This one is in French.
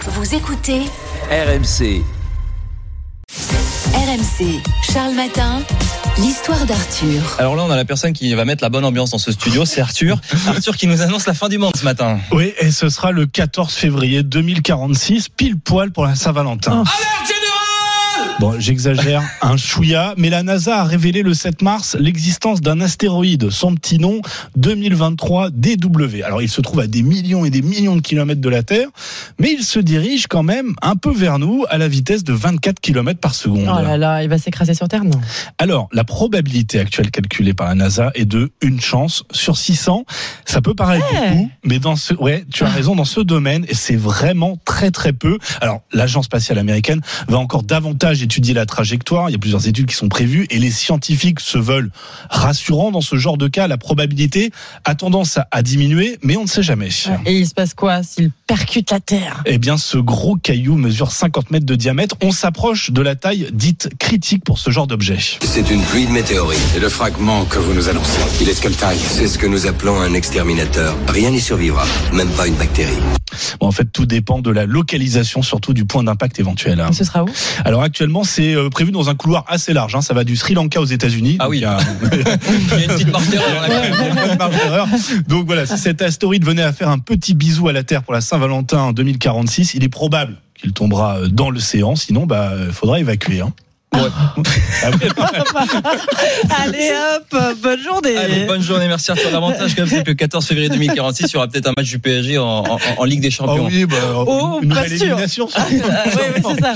Vous écoutez RMC. RMC, Charles Matin, l'histoire d'Arthur. Alors là, on a la personne qui va mettre la bonne ambiance dans ce studio, c'est Arthur. Arthur qui nous annonce la fin du monde ce matin. Oui, et ce sera le 14 février 2046, pile poil pour la Saint-Valentin. Ah. Bon, j'exagère un chouïa, mais la NASA a révélé le 7 mars l'existence d'un astéroïde, son petit nom, 2023 DW. Alors, il se trouve à des millions et des millions de kilomètres de la Terre, mais il se dirige quand même un peu vers nous à la vitesse de 24 kilomètres par seconde. Oh là là, il va s'écraser sur Terre, non Alors, la probabilité actuelle calculée par la NASA est de une chance sur 600. Ça peut paraître Ouais. beaucoup, mais dans ce, ouais, tu as raison, dans ce domaine, c'est vraiment très très peu. Alors, l'agence spatiale américaine va encore davantage étudier la trajectoire. Il y a plusieurs études qui sont prévues et les scientifiques se veulent rassurants dans ce genre de cas. La probabilité a tendance à, à diminuer, mais on ne sait jamais. Et il se passe quoi s'il percute la Terre Eh bien, ce gros caillou mesure 50 mètres de diamètre. On s'approche de la taille dite critique pour ce genre d'objet. C'est une pluie de météorites. Et le fragment que vous nous annoncez, il est de quelle taille C'est ce que nous appelons un exterminateur. Rien n'y survivra, même pas une bactérie. Bon, en fait, tout dépend de la localisation, surtout du point d'impact éventuel. Ah. hein. Ce sera où Alors actuellement, c'est euh, prévu dans un couloir assez large. hein. Ça va du Sri Lanka aux États-Unis. Ah Donc, oui. il y a- Il y a une petite marche d'erreur dans la crème. Bonne marge d'erreur. Donc voilà, si cet astéroïde venait à faire un petit bisou à la Terre pour la Saint-Valentin en 2046, il est probable qu'il tombera euh, dans l'océan. Sinon, bah, euh, faudra évacuer. hein. Ah oui. Allez hop, bonne journée Allez, bonne journée, merci Arthur. L'avantage quand même, c'est que le 14 février 2046, il y aura peut-être un match du PSG en, en- en Ligue des Ah Champions. oui, bah, Oh, une nouvelle pas sûr. élimination. Ah, ouais, ouais, c'est ça.